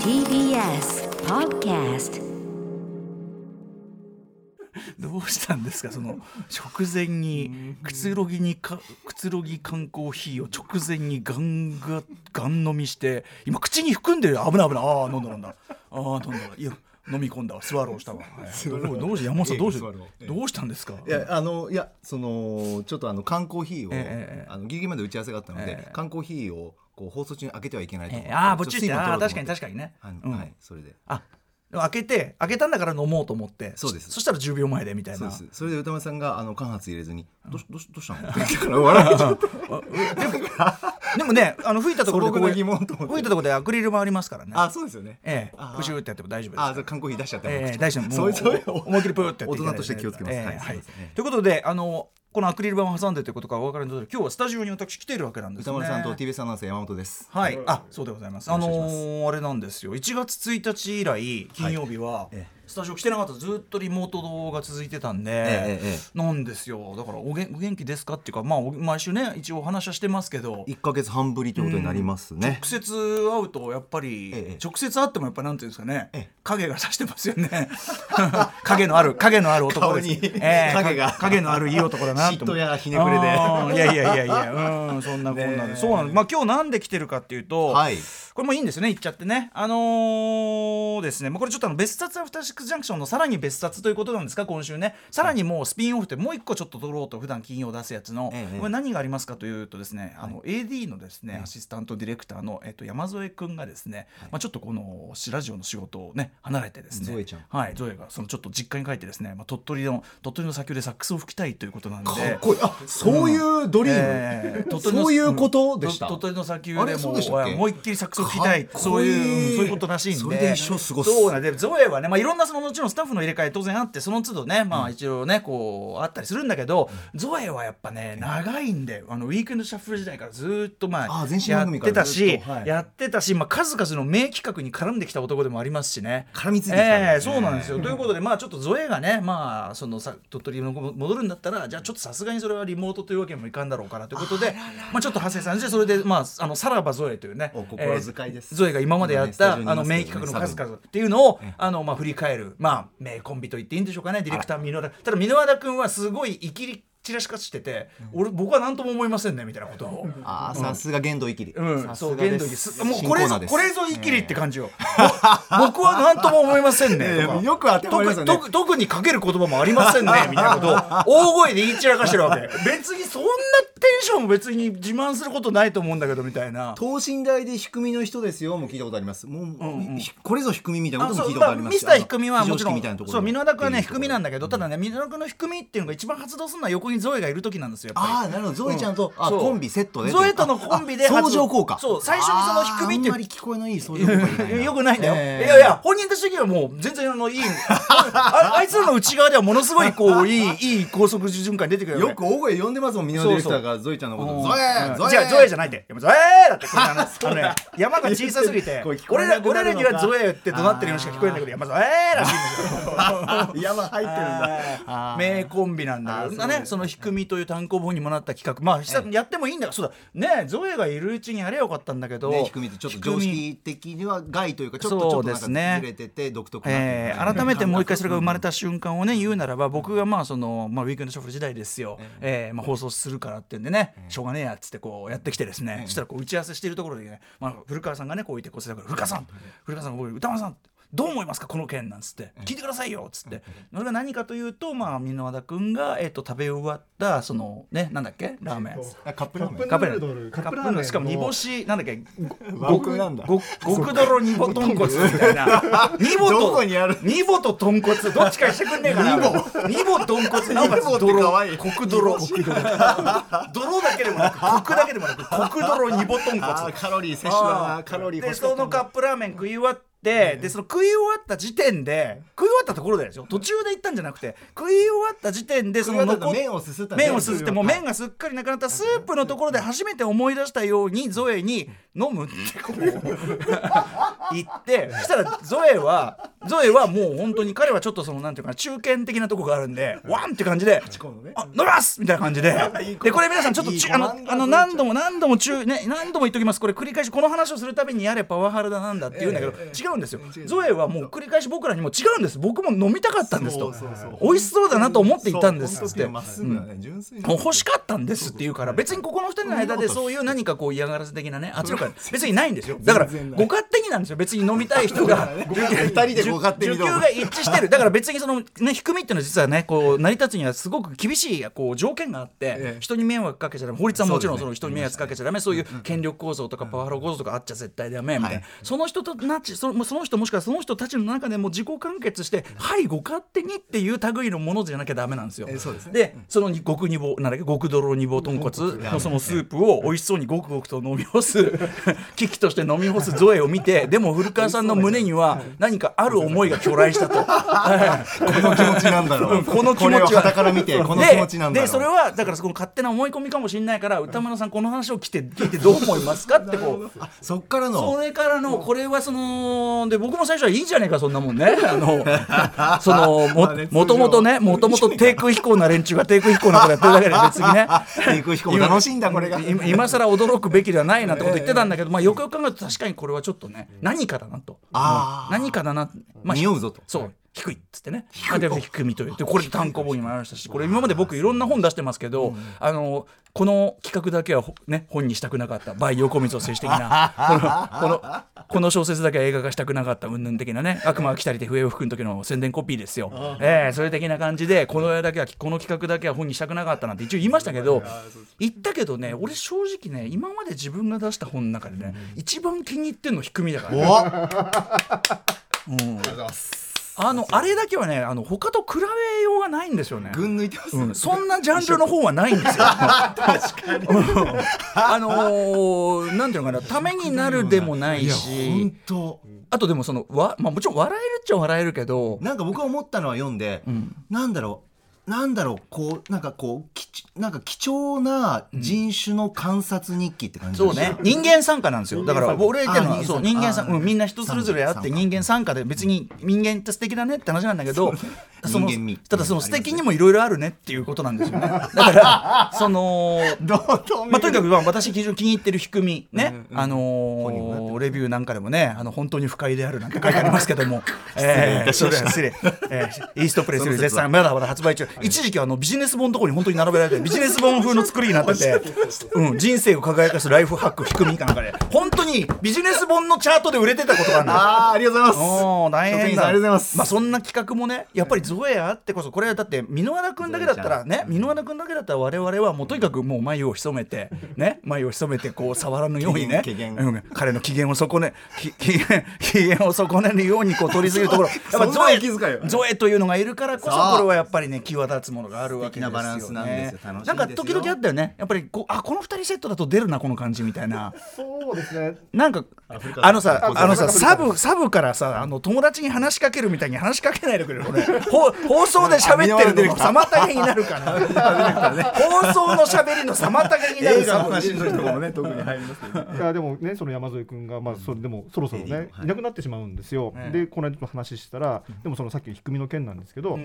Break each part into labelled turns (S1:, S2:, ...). S1: TBS Podcast
S2: どうしたんですかその食前にくつろぎにかくつろぎ缶コーヒーを直前にガンガガン飲みして今口に含んでる危ない危ないああ飲んだ飲んだああ飲んだいや飲み込んだわスワローしたわ、はいどうどうし山本さんどうし
S3: スワロー
S2: どうしたんですか
S3: いやあのいやそのちょっとあの缶コーヒーを、
S2: ええ
S3: あのギリギリまで打ち合わせがあったので、缶コーヒーをこう放送中に開けてはいけないと思って、
S2: ええああぼっちって
S3: ょと水分取ろう
S2: あ
S3: と思
S2: あ確かに確かにね
S3: はい、
S2: うん
S3: はいそれで
S2: あでも開けて開けたんだから飲もうと思って
S3: そうです
S2: そしたら10秒前でみたい
S3: そう
S2: な
S3: ですそれで歌丸さんがあの間髪入れずに「どうしどうしどうしたの?」 って言ったから笑っちゃって
S2: でもねあの吹いたところで
S3: 素朴な疑問と思って
S2: 吹いたところでアクリルもありますからね
S3: あそうですよね
S2: ええ
S3: ああ
S2: プシューってやっても大丈夫です
S3: あそれ缶コーヒー出しちゃった
S2: ええ大丈夫
S3: そういうそういう
S2: 思いっきりプーってやっていただい
S3: 大人として気をつけま
S2: え
S3: す
S2: え
S3: はい
S2: はい
S3: すいません
S2: ということであのこのアクリル板を挟んでということがお分かりの通り今日はスタジオに私来ているわけなんです
S3: 歌
S2: ね
S3: 丸さんと TBS アナウンサー山本です
S2: はい、あ、そうでございます。あ
S3: よろし
S2: の
S3: くお願いします
S2: ーあれなんですよ。1月1日以来、金曜日は
S3: ええ、
S2: スタジオ来てなかった、ずっとリモートが続いてたんで
S3: えええ。
S2: なんですよ。だから、おげん、お元気ですかっていうか、まあ、お毎週ね、一応お話はしてますけど。
S3: 一ヶ月半ぶりということになりますね
S2: 直接会うとやっぱり、
S3: ええ
S2: 直接会ってもやっぱなんていうんですかね、
S3: ええ
S2: 影がさしてますよね 影のある影のある男です
S3: 顔に
S2: ええ
S3: 影が
S2: か影のあるいい男だなと思って
S3: 嫉妬やひねくれで
S2: あーいやいやいやいやうんそんなこんな
S3: ね
S2: で
S3: え
S2: そうなのまあ今日なんで来てるかっていうと、
S3: はい
S2: これもいいんですね言っちゃってねあのーですねまあこれちょっとあの別冊アフターシックスジャンクションのさらに別冊ということなんですか今週ねさらにもうスピンオフでもう一個ちょっと取ろうと普段金曜出すやつの、
S3: ええ
S2: これ何がありますかというとですねあの AD のですね、アシスタントディレクターの、えっと、山添君がですね、まあちょっとこのラジオの仕事をね離れてですね
S3: ゾエちゃん
S2: はいゾエがそのちょっと実家に帰ってですね、まあ、鳥取の鳥取の砂丘でサックスを吹きたいということなんで
S3: かっこいいあそういうドリー
S2: え
S3: ム、
S2: ー鳥取の
S3: そういうことでした
S2: 鳥取の砂丘で
S3: あ
S2: も
S3: れそう
S2: う
S3: でしたっけ
S2: 思いっきりサックスを吹きたい
S3: かっ
S2: そ
S3: こ
S2: う
S3: いい
S2: いううんそういうことらしいんで
S3: それで一生過ごす
S2: そうなんでゾエはね、まあ、いろんなそのもちろんスタッフの入れ替え当然あってその都度ねまあ一応ねこうあったりするんだけど、ゾエはやっぱね長いんであのウィークエンドシャッフル時代からずっとまあ
S3: あー前身
S2: や
S3: 番
S2: っ
S3: 組
S2: てた
S3: から
S2: し
S3: ずっとはい
S2: やってたし、まあ、数々の名企画に絡んできた男でもありますしね
S3: 絡みついてきたんですね
S2: えーそうなんですよということでまあちょっとゾエがねまあそのさ鳥取に戻るんだったらじゃあちょっとさすがにそれはリモートというわけにもいかんだろうからということでまあちょっと長谷さんでそれでまああのさらばゾエというね
S3: お心遣いです
S2: ゾエが今までやったあ
S3: 今ねスタジオにいます
S2: の名企画の数々っていうのをあのまあ振り返るまあ名コンビと言っていいんでしょうかねディレクター箕輪田ただ箕輪田君はすごい生きり散らしかしてて俺僕は何とも思いませんねみたいなことを。
S3: あーさすが言動生きり、
S2: うん、
S3: さ
S2: そう
S3: すが
S2: 限
S3: で
S2: 度に
S3: す
S2: すもうこれ
S3: 新コーナ
S2: ぞ
S3: ーです
S2: これぞ生きりって感じよ、ぼ僕 は何とも思いませんね
S3: いやい
S2: と
S3: や
S2: か
S3: よく当てはまりますよ
S2: 特
S3: ね
S2: 特特にかける言葉もありません ねみたいなことを大声で言い散らかしてるわけ別にそんなテンション別に自慢することないと思うんだけどみたいな
S3: 等身大で低みの人ですよもう聞いたことありますもう、ひこれぞ低みみたいな
S2: あ
S3: こと
S2: そ
S3: も聞
S2: う
S3: いた
S2: ま
S3: ことあ
S2: あ
S3: ります
S2: ミスターひくみはもちろん、そう、箕輪田君はね、ひくみなん
S3: だ
S2: だけど、ただね、箕輪田君のひくみっていうのが一番発動するのは横にゾエがいる時なんですよ、やっぱり。
S3: ああなるほどゾエちゃんと、あ
S2: そう
S3: コンビセットで
S2: ゾエとのコンビで
S3: ああ相乗効果
S2: そう最初にそのひくみって
S3: あーあんまり聞こえのいい相乗効果
S2: いやよくないんだよ、
S3: えー
S2: いやいや本人たち的にはもう全然あのいいああいつらの内側ではものすごいこういいいい高速循環に出てくる
S3: よく大声呼んでますもんミノディレクターがゾエちゃんのことゾエゾエ
S2: じゃあゾ エじ
S3: ゃ
S2: ゃないでいやゾエだってこんな のあのね山が小さすぎて
S3: 声 聞こ
S2: 俺
S3: えな
S2: ら
S3: くな
S2: 俺ら
S3: るのか
S2: にはゾエって怒鳴ってるようにしか聞こえないけど山ゾエらしいんで すよ
S3: 山入ってるんだ
S2: あー名コンビなんだ
S3: あー
S2: け
S3: そう
S2: ど
S3: です
S2: ねその「ひくみ」という単行本にもなった企画まあ久々にやってもいいんだがそうだねゾエがいるうちにやればよかったんだけど
S3: ね、低みってちょっと常識的には害というかちょっとち
S2: そ
S3: ょ
S2: う
S3: っと
S2: で
S3: なんか
S2: すね
S3: ずれてて独特な、
S2: えー改めてもう一回それが生まれた瞬間をね言うならば僕がまあその、まあ、ウィークエンドショッフル時代ですよ、えーまあ、放送するからってんでねしょうがねえやっつってこうやってきてですねそしたらこう打ち合わせしているところでね、まあ、古川さんがねこういてこうしてたから古川さん古川さんが僕に歌丸さんどう思いますかこの件なんつって聞いてくださいよっつってそれが何かというとまあ箕輪田君が、えっと食べ終わったそのねなんだっけラーメン
S3: あカップラーメン
S2: カップ
S4: ヌードル
S2: カップ
S4: カップラ
S2: ラーメ
S4: ーメンの
S2: ンしかも煮干しなんだっけ
S3: 和風なんだ
S2: ご極泥煮ぼ豚骨みたいな煮ぼ
S3: ど
S2: と
S3: こにある
S2: 煮ぼと豚骨どっちかにしてくんねえかな煮ぼ豚骨なおかつ泥
S3: 煮ぼってかわいい
S2: 極泥泥だけでもなくコクだけでもなく極泥煮ぼ豚
S3: あ
S2: 骨
S3: ーカロリー摂取だ
S2: あー
S3: なカロリー
S2: で
S3: 欲しか
S2: そ
S3: った
S2: の
S3: な
S2: カップラーメン食い終わって、でその食い終わった時点で食い終わったところでですよ途中で行ったんじゃなくて食い終わった時点でその
S3: 食い終わった
S2: 残っ
S3: 麺をすすった
S2: 麺をすすってもう麺がすっかりなくなったスープのところで初めて思い出したようにゾ エに「飲む?」ってこう言ってそしたらゾエはゾエはもう本当に彼はちょっとそのなんていうかな中堅的なとこがあるんでワンって感じで
S3: 個のね
S2: あ飲みますみたいな感じで
S3: いい子
S2: でこれ皆さんちょっと
S3: いい
S2: ち
S3: 子
S2: あの
S3: なんだ
S2: あの何度も何度も中ね何度も言っときますこれ繰り返しこの話をするたびにやれパワハラだなんだって言うんだけど
S3: ええええ
S2: 違うんですよ
S3: 違う
S2: ゾエはもう繰り返し僕らにも違うんです僕も飲みたかったんですと
S3: そうそうそう
S2: 美味しそうだなと思っていたんです
S3: そう
S2: っ
S3: 本当
S2: て
S3: にまっすぐなね純粋な
S2: もう欲しかったんですって言うから別にここの二人の間でそういう何かこう嫌がらせ的なね圧力は別にないんですよだから
S3: 全然な
S2: ご
S3: い
S2: 勝手になんですよ別に飲みたい人 が
S3: 二人でご勝手に
S2: 需
S3: どう
S2: 給
S3: ぞ
S2: が一致してるだから別にその、ね、低みっていうのは実はねこう成り立つにはすごく厳しいこう条件があって、
S3: ええ
S2: 人に迷惑かけちゃダメ法律はもちろん
S3: そ
S2: そう
S3: です
S2: の人
S3: ね
S2: に迷惑かけちゃダメそういう権力構造とかパワハラ構造とかあっちゃ絶対ダメみたいな、
S3: はい
S2: その人となちそのその人もしくはその人たちの中でも自己完結してはいご勝手にっていう類のものじゃなきゃダメなんですよ。
S3: ええそうですね
S2: その極煮棒なんだっけ極泥煮棒豚骨
S3: 豚
S2: の
S3: 骨
S2: そのスープを美味しそうにごくごくと飲み干す危機として飲み干すゾエを見てでも古川さんの胸には何かある思いが去来したと。
S3: この気持ちなんだろ
S2: うん
S3: う
S2: この気持ちは
S3: これを肌から見 てこの気持ちなんだ
S2: でで
S3: ろう
S2: それはだからその勝手な思い込みかもしれないから歌村さんこの話を聞いて聞いてどう思いますかってこう。
S3: あそっからの
S2: それからのこれはそので僕も最初はいいじゃねえかそんなもんね あのそのも
S3: まあね
S2: もともとねもともと低空飛行な連中が低空飛行なことやってるだけで別に ね
S3: 低空飛行も楽しいんだこれが
S2: 今今更驚くべきではないなってこと言ってたんだけど、まあ、よくよく考えると確かにこれはちょっとね何かだなと
S3: あー
S2: 何かだな、まあ、
S3: 匂うぞと
S2: そう低いっつってねあで低みというでこれ単行本にもありましたしこれ今まで僕いろんな本出してますけど、あのこの企画だけはほ、ね、本にしたくなかった「バイ横溝政治的 なこのこのこの小説だけは映画化したくなかった云々的なね悪魔が来たりで笛を吹く時の宣伝コピーですよ、ええそれ的な感じでこの絵だけはこの企画だけは本にしたくなかったなんて一応言いましたけど言ったけどね俺正直ね今まで自分が出した本の中でね一番気に入ってんの低みだからね、
S3: おあ
S2: あのあれだけはねあの他と比べようがないんですよね。
S3: 群抜いてます
S2: うんそんなジャンルの本はないんですよ。 うんあのー、なんていうのかな、ためになるでもないし、
S3: 本当
S2: あとでもその、わ、まあもちろん笑えるっちゃ笑えるけど、
S3: なんか僕が思ったのは読んで、なんだろうなんだろうこうなんかこうきちなんか貴重な人種の観察日記って感じ
S2: そうね、人間参加なんですよ。だから俺が言ってるのは、
S3: あ
S2: そう人
S3: 人
S2: 間
S3: 間参加
S2: 参加、うんみんな人それぞれあって
S3: 参加
S2: 人間参加で別に人間って素敵だねって話なんだけど、そ
S3: そう
S2: の
S3: 人間味
S2: ただその素敵にもいろいろあるねっていうことなんですよね。だからその
S3: どうどう
S2: まあ、とにかくまあ私非常に気に入ってる仕組みね、あの
S3: 本人もやって
S2: ー、レビューなんかでもねあの本当に不快であるなんて書いてありますけど もえーそれは失礼えーイーストプレスより絶賛まだまだ発売中一時期はあのビジネス本のところに本当に並べられてビジネス本風の作りになってて、うん、人生を輝かすライフハック仕組みかなんかで本当にビジネス本のチャートで売れてたことがあるんだよ
S3: あーありがとうございます
S2: おー大変
S3: 職員さん
S2: だ
S3: ありがとうございます
S2: まあ、そんな企画もねやっぱりゾエあってこそこれはだって箕輪田君だけだったらね箕輪田君だけだったら我々はもうとにかくもう眉を潜め てね眉を潜めてこう触らぬようにね
S3: 機嫌機嫌
S2: うん彼の機嫌を損ねき 機嫌機嫌を損ねるようにこう取りすぎるところ
S3: そ
S2: やっぱ
S3: そんな
S2: ゾエ
S3: 気遣いよ
S2: ゾエというのがいるからこそ
S3: そう
S2: これはやっぱりね際立つものがあるわけですよ、ね、
S3: 素敵なバランスなんですよ楽しいです
S2: な
S3: よ
S2: んか時々あったよねやっぱりこうあこの二人セットだと出るなこの感じみたいな。
S4: そうですね。
S2: なんかあのさあのさサブサブからさあの友達に話しかけるみたいに話しかけないでくれる俺ほ放送で喋ってるのの妨げになるから放送の喋りの妨げになる
S3: 映
S2: から
S3: 画の話の 人もね特に入りますけどね
S4: いやでもねその山添君がまあそれでもそろそろねいなくなってしまうんですよ。でこの間の話したらでもそのさっきの低みの件なんですけど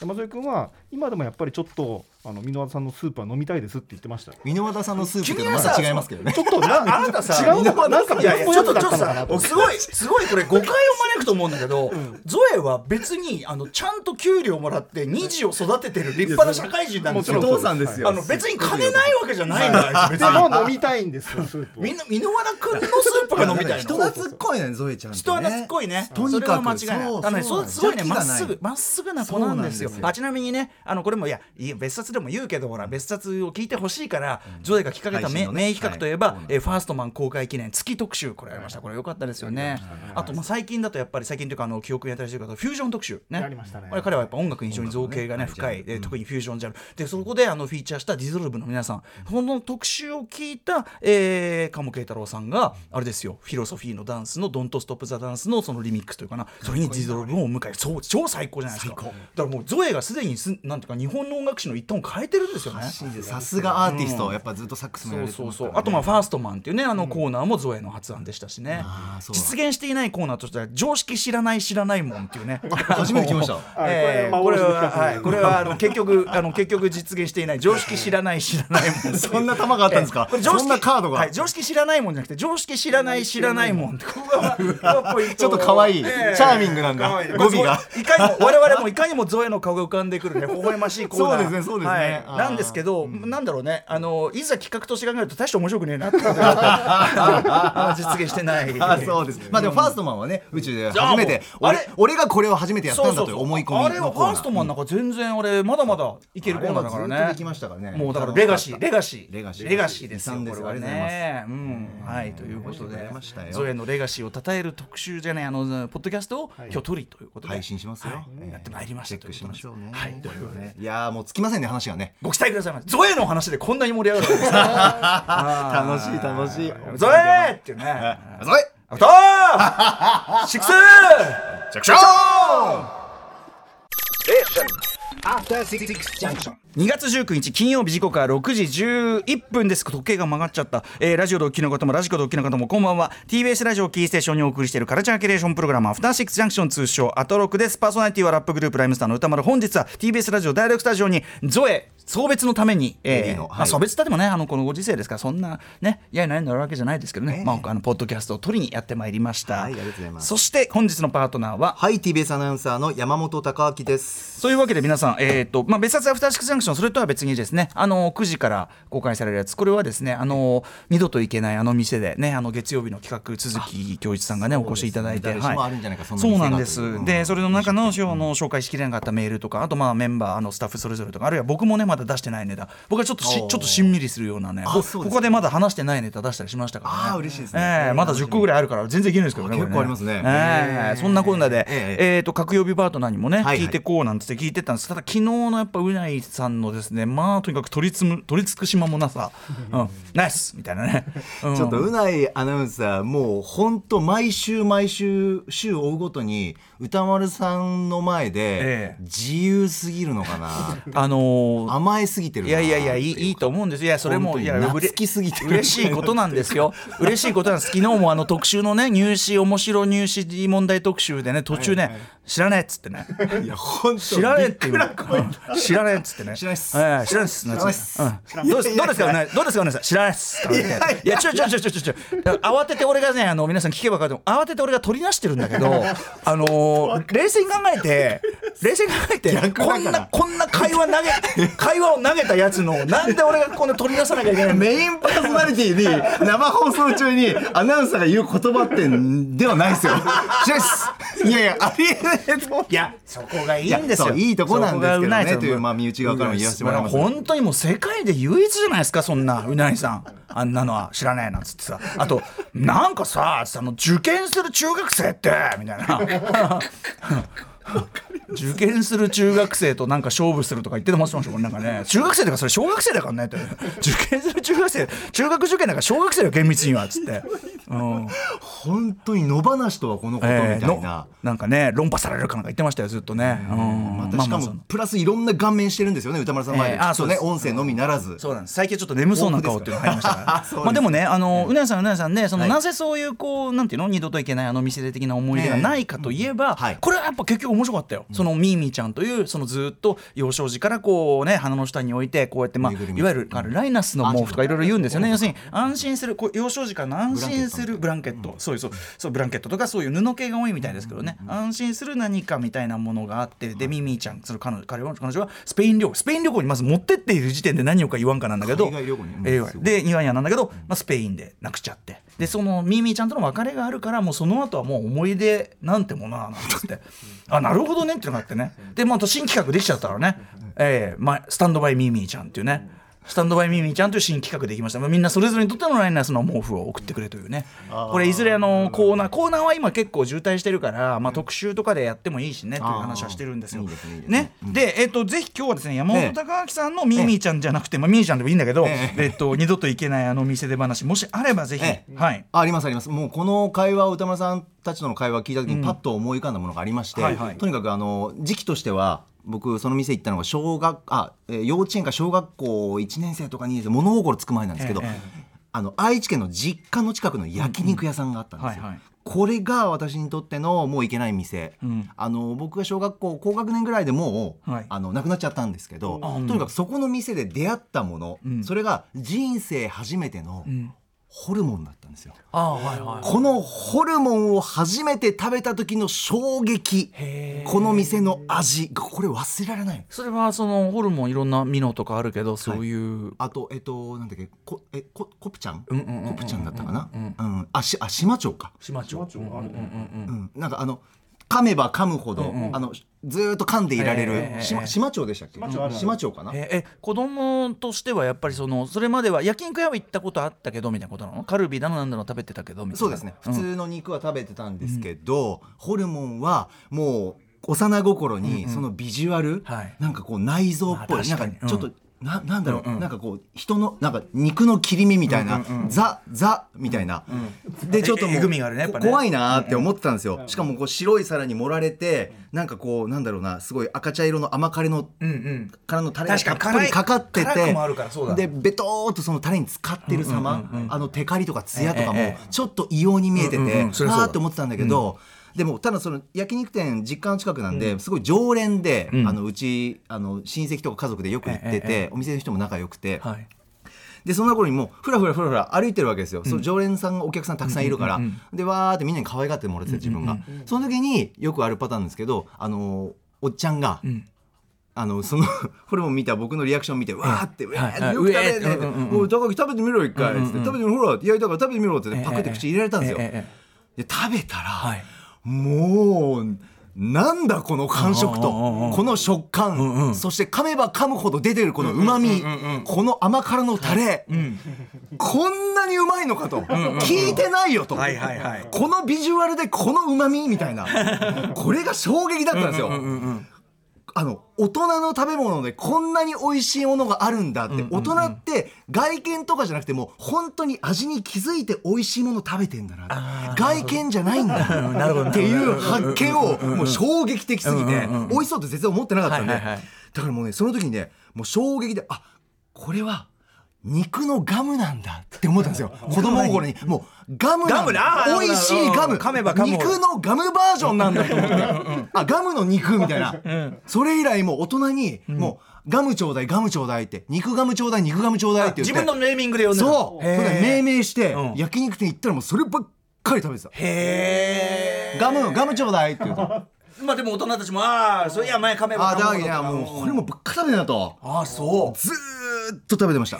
S4: 山添君は今でもやっぱりちょっとあの箕輪さんのスープは飲みたいですって言ってました。ち
S3: 箕輪田さんのスープって
S2: 君
S3: いうの
S2: は
S3: はま
S2: さ
S3: だ違いますけどね
S4: ょっとな
S2: あなたさ
S4: 違うのかなんか
S2: いやいやちょっとちょっと
S4: か
S2: さ
S4: な
S2: すごいすごいこれ誤解を招くと思うんだけど、ゾエは別にあのちゃんと給料もらって2児を育ててる立派な社会人なんですよ
S4: もちろんそうです
S3: んです
S2: あの別に金ないわけじゃないんだよ別
S4: で
S2: に
S4: も飲みたいんですよスープを。
S2: みんな箕輪田君のスープが飲みたいの
S3: 人懐っこいねゾエちゃんってね
S2: 人は懐っこいね。
S3: と
S2: そ
S3: に
S2: れは
S3: か
S2: 間違
S3: く
S2: いない。あのねそうすごいね、まっすぐ、まっすぐな子なんですよ
S3: そうなんです。よ
S2: あ、ちなみにね、あの、これも、いや、いい別冊でも言うけど、ほら、別冊を聞いてほしいから、ジョデがきっかけた
S3: 配
S2: 名
S3: 信のね
S2: 名企画といえば、
S3: はい
S2: えーファーストマン公開記念月特集、これありました。これ良かったですよね。あと、まあ、最近だとやっぱり、最近というか、あの、記憶に新しい方、フュージョン特集。ね。
S4: やりましたね
S2: これ彼はやっぱ音楽に非常に造形がね、深い。で特にフュージョンジャンル。で、そこで、あの、フィーチャーしたディゾルブの皆さん、この特集を聞いた、えー、鴨慶太郎さんが、あれですよ、フィロソフィーのダンスの、ドントストップザダンスのそのリミックスというかな、それにディゾルブを迎え、そう、超最高じゃないですか。だからもう、ゾエがすでにす、なんていうか、日本の音楽史の一端を変えてるんですよね。
S3: さすがアーティストやっぱずっとサックスも
S2: そう
S3: やられて
S2: そう
S3: ます
S2: そう
S3: からね
S2: あとまあ「ファーストマン」っていうねあのコーナーもゾエの発案でしたし、したしね
S3: あーそうだ
S2: 実現していないコーナーとしては常識知らない知らないもんっていうね
S3: 初めて来ました
S4: はい
S2: えーこ
S4: こ
S2: れ
S4: れ
S2: は、
S4: は
S2: はい、これはあの結局あの結局実現していない常識知らない知らないもん
S3: そんな玉があったんですか
S2: これ常識
S3: そんなカードが、
S2: はい、常識知らないもんじゃなくて常識知らない知らない もんってここがここが ポイント
S3: ちょっと可愛い、
S2: ええ
S3: チャーミングなんだ
S2: 可愛い
S3: 語尾が
S2: まあいかにも我々もいかにもゾエの顔が浮かんでく るね微笑ましいコーナー
S3: そうですねそうですね
S2: はい
S3: あー
S2: なんですけど、なんだろうねあのいざ企画として考えると大して面白くねえなってこと が実現してない
S3: あそうですまあでもファーストマンはね宇宙で初めて
S2: じゃあもうあ
S3: 俺
S2: れ
S3: 俺がこれを初めてやったんだという思い込みの
S2: あれはファーストマンなんか全然俺まだまだいけるコーナーだから
S3: あれはず
S2: ね
S3: っとできましたからね
S2: もうだからレガシーレガシー
S3: レガシー
S2: レガシーですよ
S3: 遺産
S2: これ
S3: です
S2: はねうんはいということ
S3: あり
S2: で
S3: がとうございましたよ
S2: ゾエのレガシーを称える特集じゃないあのポッドキャストを
S4: い
S2: 今日取りということで
S3: 配信しますよ
S2: はい
S3: ええ
S2: やってまいりました
S3: チェックしましょうね
S2: はいということで
S3: いやーもうつきませんね話がね
S2: ご期待くださいませゾエの話でこんなに盛り上がるわけです ね
S3: 楽しい楽しい
S2: ゾエっていうね
S3: それ
S2: アウトーシックス
S3: 着手
S2: 2月19日金曜日時刻は6時11分です時計が曲がっちゃった、えーラジオでお聞きの方もラジコでお聞きの方もこんばんは TBS ラジオキーステーションにお送りしているカルチャーキュレーションプログラム「アフターシックスジャンクション」通称アトロクですパーソナリティはラップグループライムスターの歌丸本日は TBS ラジオ第6スタジオにゾエ送別のために、
S3: エリ
S2: え
S3: ー
S2: ー
S3: の
S2: ま
S3: は
S2: あ、
S3: い
S2: 送別たってもねあのこのご時世ですからそんなねやいなやになるわけじゃないですけどね、まあ、あのポッドキャストを取りにやってまいりました、
S3: はいありがとうございます
S2: そして本日のパートナーは
S3: はい TBS アナウンサーの山本貴明です
S2: そういうわけで皆さん、えーとまあ、別冊アフターシックスジャンクション、それとは別にですね、あの9時から公開されるやつ、これはですね、あの二度と行けないあの店で、ね、あの月曜日の企画、鈴木恭一さんがね、お
S3: うですね
S2: 越しいただいて、
S3: 誰しもあるんじゃないかそんな
S2: そう
S3: 店が
S2: なん
S3: とい
S2: で
S3: う
S2: す、
S3: うん
S2: で、それの中のあの紹介しきれなかったメールとか、あとまあメンバー、あのスタッフそれぞれとか、あるいは僕もね、まだ出してないネタ、僕はちょっとし
S3: おー
S2: ちょっとしんみりするようなね、
S3: あ
S2: こ
S3: そうです
S2: ここでまだ話してないネタ出したりしましたからね、
S3: あー嬉しいですね
S2: ええまだ10個ぐらいあるから、全然いけないですけどね、
S3: あ
S2: これ
S3: 結構ありますね
S2: ええ
S3: へー
S2: そんなこんなで、
S3: え
S2: え
S3: え
S2: ーと各曜日パートナーにもね、
S3: はいはい
S2: 聞いてこうなんつって聞いてたんですただ昨日のやっぱうないさんのですねまあとにかく取りつむ取りつく島もなさ、うん、ナイスみたいなね、うん
S3: ちょっとうないアナウンサーもうほんと毎週毎週週を追うごとに歌丸さんの前
S2: え
S3: で
S2: え
S3: 自由すぎるのかな
S2: あのー
S3: 甘えすぎてる
S2: い
S3: な
S2: やいやいやいいいい
S3: と
S2: と思うんですいやそれも
S3: 本当に
S2: いやうれ
S3: 懐きすぎてる
S2: 嬉しいことなんですよ嬉しいことなんです昨日もあの特集のね入試面白入試問題特集でね途中ね、知らねえっつってね
S3: いやほんと
S2: 知らねえって
S3: び
S2: い
S3: っ
S2: う
S3: くらこい
S2: うん知らねえっつってね
S3: 知らないっす
S2: ええ知らないっす
S3: 知らないっす
S2: うんどうですどうですかねどうですかね知らないっすとか言っていやちょちょちょちょちょちょ慌てて俺がねあの皆さん聞けば分かると思う慌てて俺が取り出してるんだけどあのー冷静に考えて冷静に考えて
S3: 逆だ
S2: こ
S3: から
S2: んなこんな会話投げ会話を投げたやつのなんで俺がこんな取り出さなきゃいけないの
S3: メインパーソナリティに生放送中にアナウンサーが言う言葉ってんではない ですよ。知らないっすいやいや、ありえないと思う
S2: いやそこがいいんです
S3: いやそ
S2: よ
S3: ういいとこなんですけどね
S2: そこがうなさん
S3: というまあ身内側からも言わせてもらいます
S2: うな本当にもう世界で唯一じゃないですかそんなうなぎさんあんなのは知らないなんつってさあとなんかさその受験する中学生ってみたいな受験する中学生となんか勝負するとか言ってましたもんなんかね中学生だからそれ小学生だからねって受験する中学生中学受験だから小学生だよ厳密にはっつって、うん、
S3: 本当に野放しとはこのことみた
S2: えー
S3: いな
S2: の。なんかね論破されるかなんか言ってましたよずっとね、うん
S3: ま
S2: ま
S3: た
S2: あ
S3: し
S2: ま
S3: か
S2: あそ
S3: も
S2: の
S3: プラスいろんな顔面してるんですよね歌丸さん前
S2: え
S3: で、
S2: えあ
S3: ち
S2: そう
S3: ょっと
S2: で
S3: ね
S2: す
S3: 音声のみならず
S2: そうなんです最近ちょっと眠そうな顔っていうのが入りましたから
S3: そうです
S2: まあでもねあのうなやさんうなやさんねその、
S3: はい
S2: なぜそういうこうなんていうの二度といけないあの店で的な思い出がないかといえば、
S3: えはい
S2: これはやっぱ結局面白かったよ、そのミーミーちゃんというそのずっと幼少時からこうね鼻の下に置いてこうやってまあ
S3: ぬいぐるみ
S2: いわゆるあのライナスの毛布とかいろいろ言うんですよね要するに安心するこう幼少時からの安心するブランケットそういうそうそうブランケットとかそういう布系が多いみたいですけどね、安心する何かみたいなものがあってでミーミーちゃんその彼女彼女彼女はスペイン旅行スペイン旅行にまず持ってっている時点で何をか言わんかなんだけど
S3: 海外旅行にうん
S2: ええ
S3: すごい
S2: でニワニワなんだけど、まあ、スペインでなくちゃってでそのミーミーちゃんとの別れがあるからもうその後はもう思い出なんてものはなんつってあなるほどねっていうのがあってねでまた新企画できちゃったからね、ええまあ、スタンドバイミーミーちゃんっていうねスタンドバイミーミーちゃんという新企画できました、まあ、みんなそれぞれにとってのラインナスの毛布を送ってくれというねこれいずれあのコーナーコーナーは今結構渋滞してるから、まあ、特集とかでやってもいいしねという話はしてるんですよ。
S3: あーいいですねいいですね
S2: ねで、えっとぜひ今日はですね山
S3: え
S2: 本
S3: え
S2: 高明さんのミーミーちゃんじゃなくて、まあ、ミーちゃんでもいいんだけど、
S3: え
S2: えっと二度と行けないあの店で話もしあればぜひ、
S3: え
S2: はい
S3: あありますありますもうこの会話を歌丸さんたちとの会話を聞いた時にパッと思い浮かんだものがありまして、
S2: はいはい
S3: とにかくあの時期としては僕その店行ったのが小学あえー幼稚園か小学校1年生とか2年生物心つく前なんですけど、
S2: えええ
S3: あの愛知県の実家の近くの焼肉屋さんがあったんです
S2: うん
S3: よ、
S2: うんはいはい
S3: これが私にとってのもういけない店、
S2: うん
S3: あの僕が小学校高学年ぐらいでもう、
S2: はい
S3: あの亡くなっちゃったんですけど、
S2: うん
S3: とにかくそこの店で出会ったもの、
S2: うん
S3: それが人生初めての
S2: うん
S3: ホルモンだったんですよ、
S2: ああはいはい
S3: このホルモンを初めて食べた時の衝撃
S2: へー
S3: この店の味これ忘れられない
S2: それはそのホルモンいろんなミノとかあるけどそういう、
S3: あとえっとなんだっけこえこコプちゃん,、
S2: うんうんうんうん
S3: コプちゃんだったかな、
S2: うん
S3: うんあしあ島町か
S2: 島
S4: 島町あるね
S2: うん
S3: うん、なんかあの噛めば噛むほど、
S2: うんうん
S3: あのずーっと噛んでいられる、
S2: ええ
S3: しま島町でしたっけ
S4: 島町ある
S3: 島町かな、
S2: ええ子供としてはやっぱりそのそれまでは焼肉屋は行ったことあったけどみたいなことなのカルビだのなんだの食べてたけどみたいな
S3: そうですね普
S2: ん
S3: 通の肉は食べてたんですけど、ホルモンはもう幼心にそのビジュアル、
S2: はい
S3: なんかこう内臓っぽ
S2: まあ
S3: い、
S2: 確
S3: な
S2: か
S3: ん
S2: に
S3: かちょっと、
S2: うん
S3: ななんだろう、
S2: うんうん
S3: なんかこう人のなんか肉の切り身みたい
S2: う
S3: な、
S2: んうんうん
S3: ザザみたいな、でちょっともう
S2: ええぐみがあるねやっぱね
S3: こ怖いなーって思ってたんですよ、しかもこう白い皿に盛られてなんかこうなんだろうなすごい赤茶色の甘かれの
S2: うんうん
S3: からのタレが
S2: 確か
S3: たっ
S2: に
S3: ぷりかかって
S2: 辛い辛
S3: て
S2: くもあるからそうだ
S3: でベトーっとそのタレに使ってる様、あのテカリとかツヤとか
S2: ええ
S3: も
S2: ええ
S3: ちょっと異様に見えてて、
S2: うんうんうんそりゃそうだ
S3: あーって思ってたんだけど、でもただその焼肉店実家の近くなんで、すごい常連で、
S2: ん
S3: あのうちあの親戚とか家族でよく行ってて、
S2: えええ
S3: お店の人も仲良くて、
S2: はい
S3: でそんな頃にもうふらふらふらふら歩いてるわけですよ、その常連さんお客さんたくさんいるから、でわーってみんなに可愛がってもらってて自分が、その時によくあるパターンですけどあのーおっちゃんが、
S2: ん
S3: あのその ホルモン見た僕のリアクション見てわーって「うわ
S2: は
S3: ー
S2: い
S3: よく食べれ
S2: うえ
S3: ね」って
S2: うんうんうん
S3: 「おい高木食べてみろ一回」つって「食べてみろほら焼いたから食べてみろ」って言ってパクって口に入れられたんですよ。
S2: えええええ
S3: で食べたら、
S2: はい
S3: もうなんだこの感触と
S2: うんうんうんうん
S3: この食感、そして噛めば噛むほど出てるこのうまみこの甘辛のタレ、こんなにうまいのかと聞いてないよと、
S2: はいはいはい
S3: このビジュアルでこのうまみみたいなこれが衝撃だったんですよ。あの大人の食べ物でこんなに美味しいものがあるんだって、大人って外見とかじゃなくてもう本当に味に気づいて美味しいもの食べてんだな外見じゃないんだ
S2: なるほど
S3: っていう発見をもう衝撃的すぎて美味しそうって全然思ってなかったんで
S2: はいはいはい
S3: だからもうねその時にねもう衝撃であこれは肉のガムなんだって思った んですよ子供心にもうガムなんだ
S2: ガムだ
S3: 美味しいガム
S2: うん噛めば噛むほど
S3: 肉のガムバージョンなんだと思ってあガムの肉みたいな、それ以来もう大人にもうガムちょうだいガムちょうだいって肉ガムちょうだい肉ガムちょうだいって言って
S2: 自分のネーミングで呼んでた
S3: そう
S2: へ
S3: それで命名して
S2: うん
S3: 焼肉店行ったらもうそればっかり食べてた
S2: えへえ
S3: ガムガムちょうだいって言う とあ
S2: まあでも大人たちもああそれや前噛めば
S3: あ
S2: 噛む
S3: だ
S2: ほど
S3: けどもうこれもばっか食べてたと
S2: ああそう
S3: ずーっと食べてました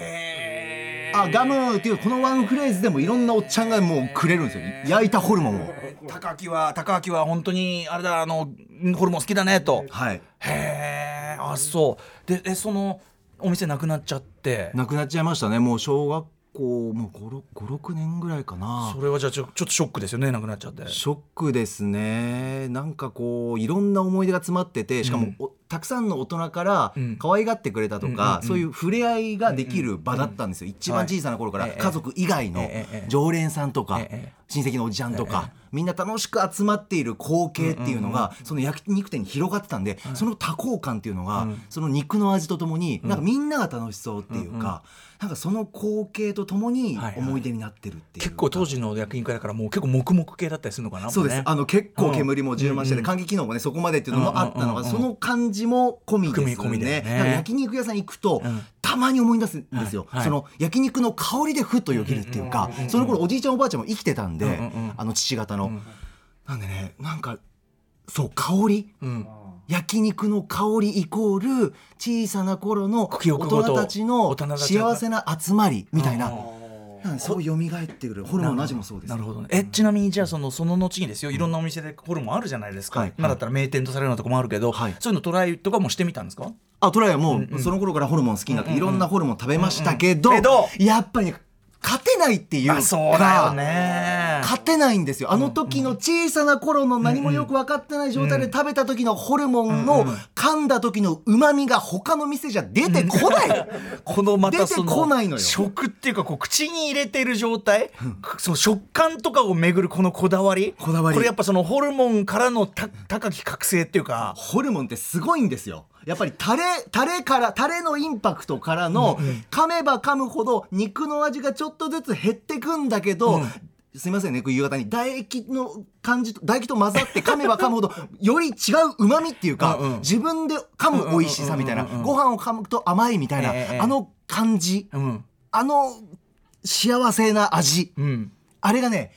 S3: あガムっていうこのワンフレーズでもいろんなおっちゃんがもうくれるんですよ焼いたホルモンを
S2: 高木は高木は本当にあれだあのホルモン好きだねと
S3: はい
S2: へえあそうでえそのお店なくなっちゃって
S3: なくなっちゃいましたねもう小学校もう56年ぐらいかな
S2: それはじゃあちょちょっとショックですよねなくなっちゃって
S3: ショックですねなんかこういろんな思い出が詰まっててしかもお、たくさんの大人から
S2: うん
S3: 可愛がってくれたとか、そういう触れ合いができる場だったんですよ、一番小さな頃から、
S2: はいええ
S3: 家族以外の
S2: ええ
S3: 常連さんとか、
S2: ええ
S3: 親戚のおじちゃんとか、みんな楽しく集まっている光景っていうのが、その焼肉店に広がってたんで、その多幸感っていうのが、その肉の味とともになんかみんなが楽しそうっていうか、なんかその光景とともに
S2: はいはい
S3: 思い出になってるっていうか
S2: 結構当時の役員会だからもう結構黙々系だったりするのかな
S3: そうです、
S2: もね
S3: あの結構煙も充満してて、換気機能もねそこまでっていうのもあったのが、その感じも込みですね
S2: 込み込みだよね
S3: だから焼肉屋さん行くと、たまに思い出すんですよ、
S2: はいはい
S3: その焼肉の香りでふっとよぎるっていうか、その頃おじいちゃんおばあちゃんも生きてたんで、あの父方の、なんでねなんかそう香り、焼肉の香りイコール小さな頃の大
S2: 記憶ごと
S3: 人たちの
S2: 大人たちが
S3: 幸せな集まりみたいな、なんでそう蘇ってくるホルモンの味もそうです
S2: なるほどねえちなみにじゃあそのその後にですよいろんなお店でホルモンあるじゃないですか、
S3: はい
S2: 今だったら名店とされるようなとこもあるけど、
S3: はい
S2: そういうのトライとかもしてみたんですか
S3: あトライはもうその頃からホルモン好きになっていろんなホルモン食べましたけど
S2: うんうんけど
S3: やっぱり勝てないっていう
S2: あそうだよ
S3: か
S2: ね
S3: 勝てないんですよあの時の小さな頃の何もよく分かってない状態で食べた時のホルモンの噛んだ時の旨味が他の店じゃ出て こない
S2: このまたそ
S3: 出てこないのよ
S2: 食っていうかこう口に入れている状態、その食感とかをめぐるこのこだわり
S3: こだわり
S2: れやっぱそのホルモンからのた高き覚醒っていうか
S3: ホルモンってすごいんですよやっぱりタレタレからタレのインパクトからの噛めば噛むほど肉の味がちょっとずつ減ってくんだけど、すみませんね、こう夕方に唾液の感じと、唾液と混ざって 噛めば噛むほど、より違う旨味っていうか、自分で噛む美味しさみたいな、ご飯を噛むと甘いみたいな、
S2: ええ
S3: あの感じ、
S2: うん
S3: あの幸せな味、
S2: うん
S3: あれがね、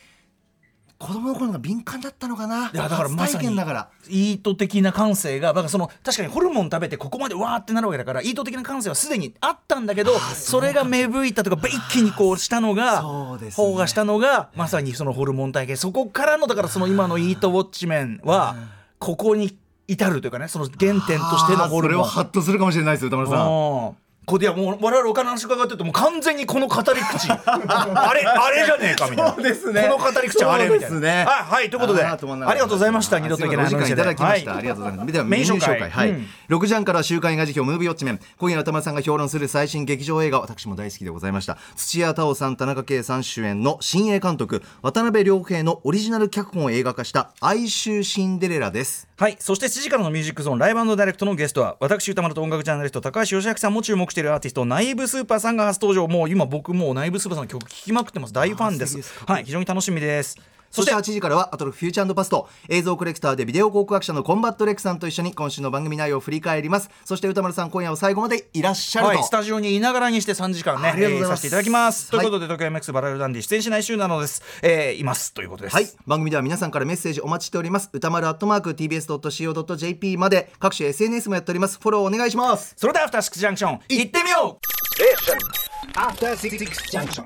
S3: 子供の頃の方が敏感だったのかな。
S2: いやだからま
S3: 初
S2: さ
S3: 体
S2: に
S3: 験だから。
S2: 意図的な感性がだからその確かにホルモン食べてここまでわーってなるわけだから意図的な感性はすでにあったんだけどそれが芽吹いたとかば一気にこうしたのが
S3: そうですね
S2: 方がしたのがまさにそのホルモン体系そこからのだからその今のイートウォッチメンはここに至るというかねその原点としての
S3: あー
S2: ホルモン。
S3: それはハッとするかもしれないですよ、田村さん。
S2: うんこれいやもう我々お金の話伺ってるともう完全にこの語り口 あれあれじゃねえかみたいな
S3: そうですね
S2: この語り口あれみたい
S3: そ
S2: な、
S3: うです
S2: は
S3: ね
S2: いはいということであ
S3: ー
S2: り
S3: 止まんな
S2: が
S3: かった
S2: とうございました二度といけない
S3: あすま
S2: 話
S3: せんお時間いただきました。ありがとうございます。ではメニュー紹
S2: メニュー紹介
S3: 介。は
S2: う
S3: い
S2: ん。
S3: 6時半から週刊映画辞表ムービーウォッチメン。今夜の田村さんが評論する最新劇場映画、私も大好きでございました。土屋太鳳さん、田中圭さん主演の新鋭監督、渡辺良平のオリジナル脚本を映画化した哀愁シンデレラです。
S2: はい。そして7時からのミュージックゾーンライブダイレクトのゲストは、私、歌丸と音楽ジャーナリスト、高橋義明さんも注目しているアーティスト、ナイブスーパーさんが初登場。もう今僕もうナイブスーパーさんの曲聴きまくってます。大ファンです。はい。非常に楽しみです。そ
S3: そ
S2: し
S3: してて、8時からはアトロフフューチャーパスト映像コレクターでビデオ考古学者のコンバットレックさんと一緒に今週の番組内容を振り返りますそして歌丸さん今夜は最後までいらっしゃると、
S2: はい、スタジオにいながらにして3時間ね、
S3: ありがとうございま
S2: させ
S3: す
S2: ていただきます。と
S3: はいいう
S2: ことで、東京 MX バラエルダンディ出演しない週なのです。えー、います。ということです。
S3: はい。番組では皆さんからメッセージお待ちしております歌丸アットマーク TBS.CO.JP まで各種 SNS もやっておりますフォローお願いします
S2: それでは、アフターシックスジャンクション、行ってみよう
S5: After Six Junction.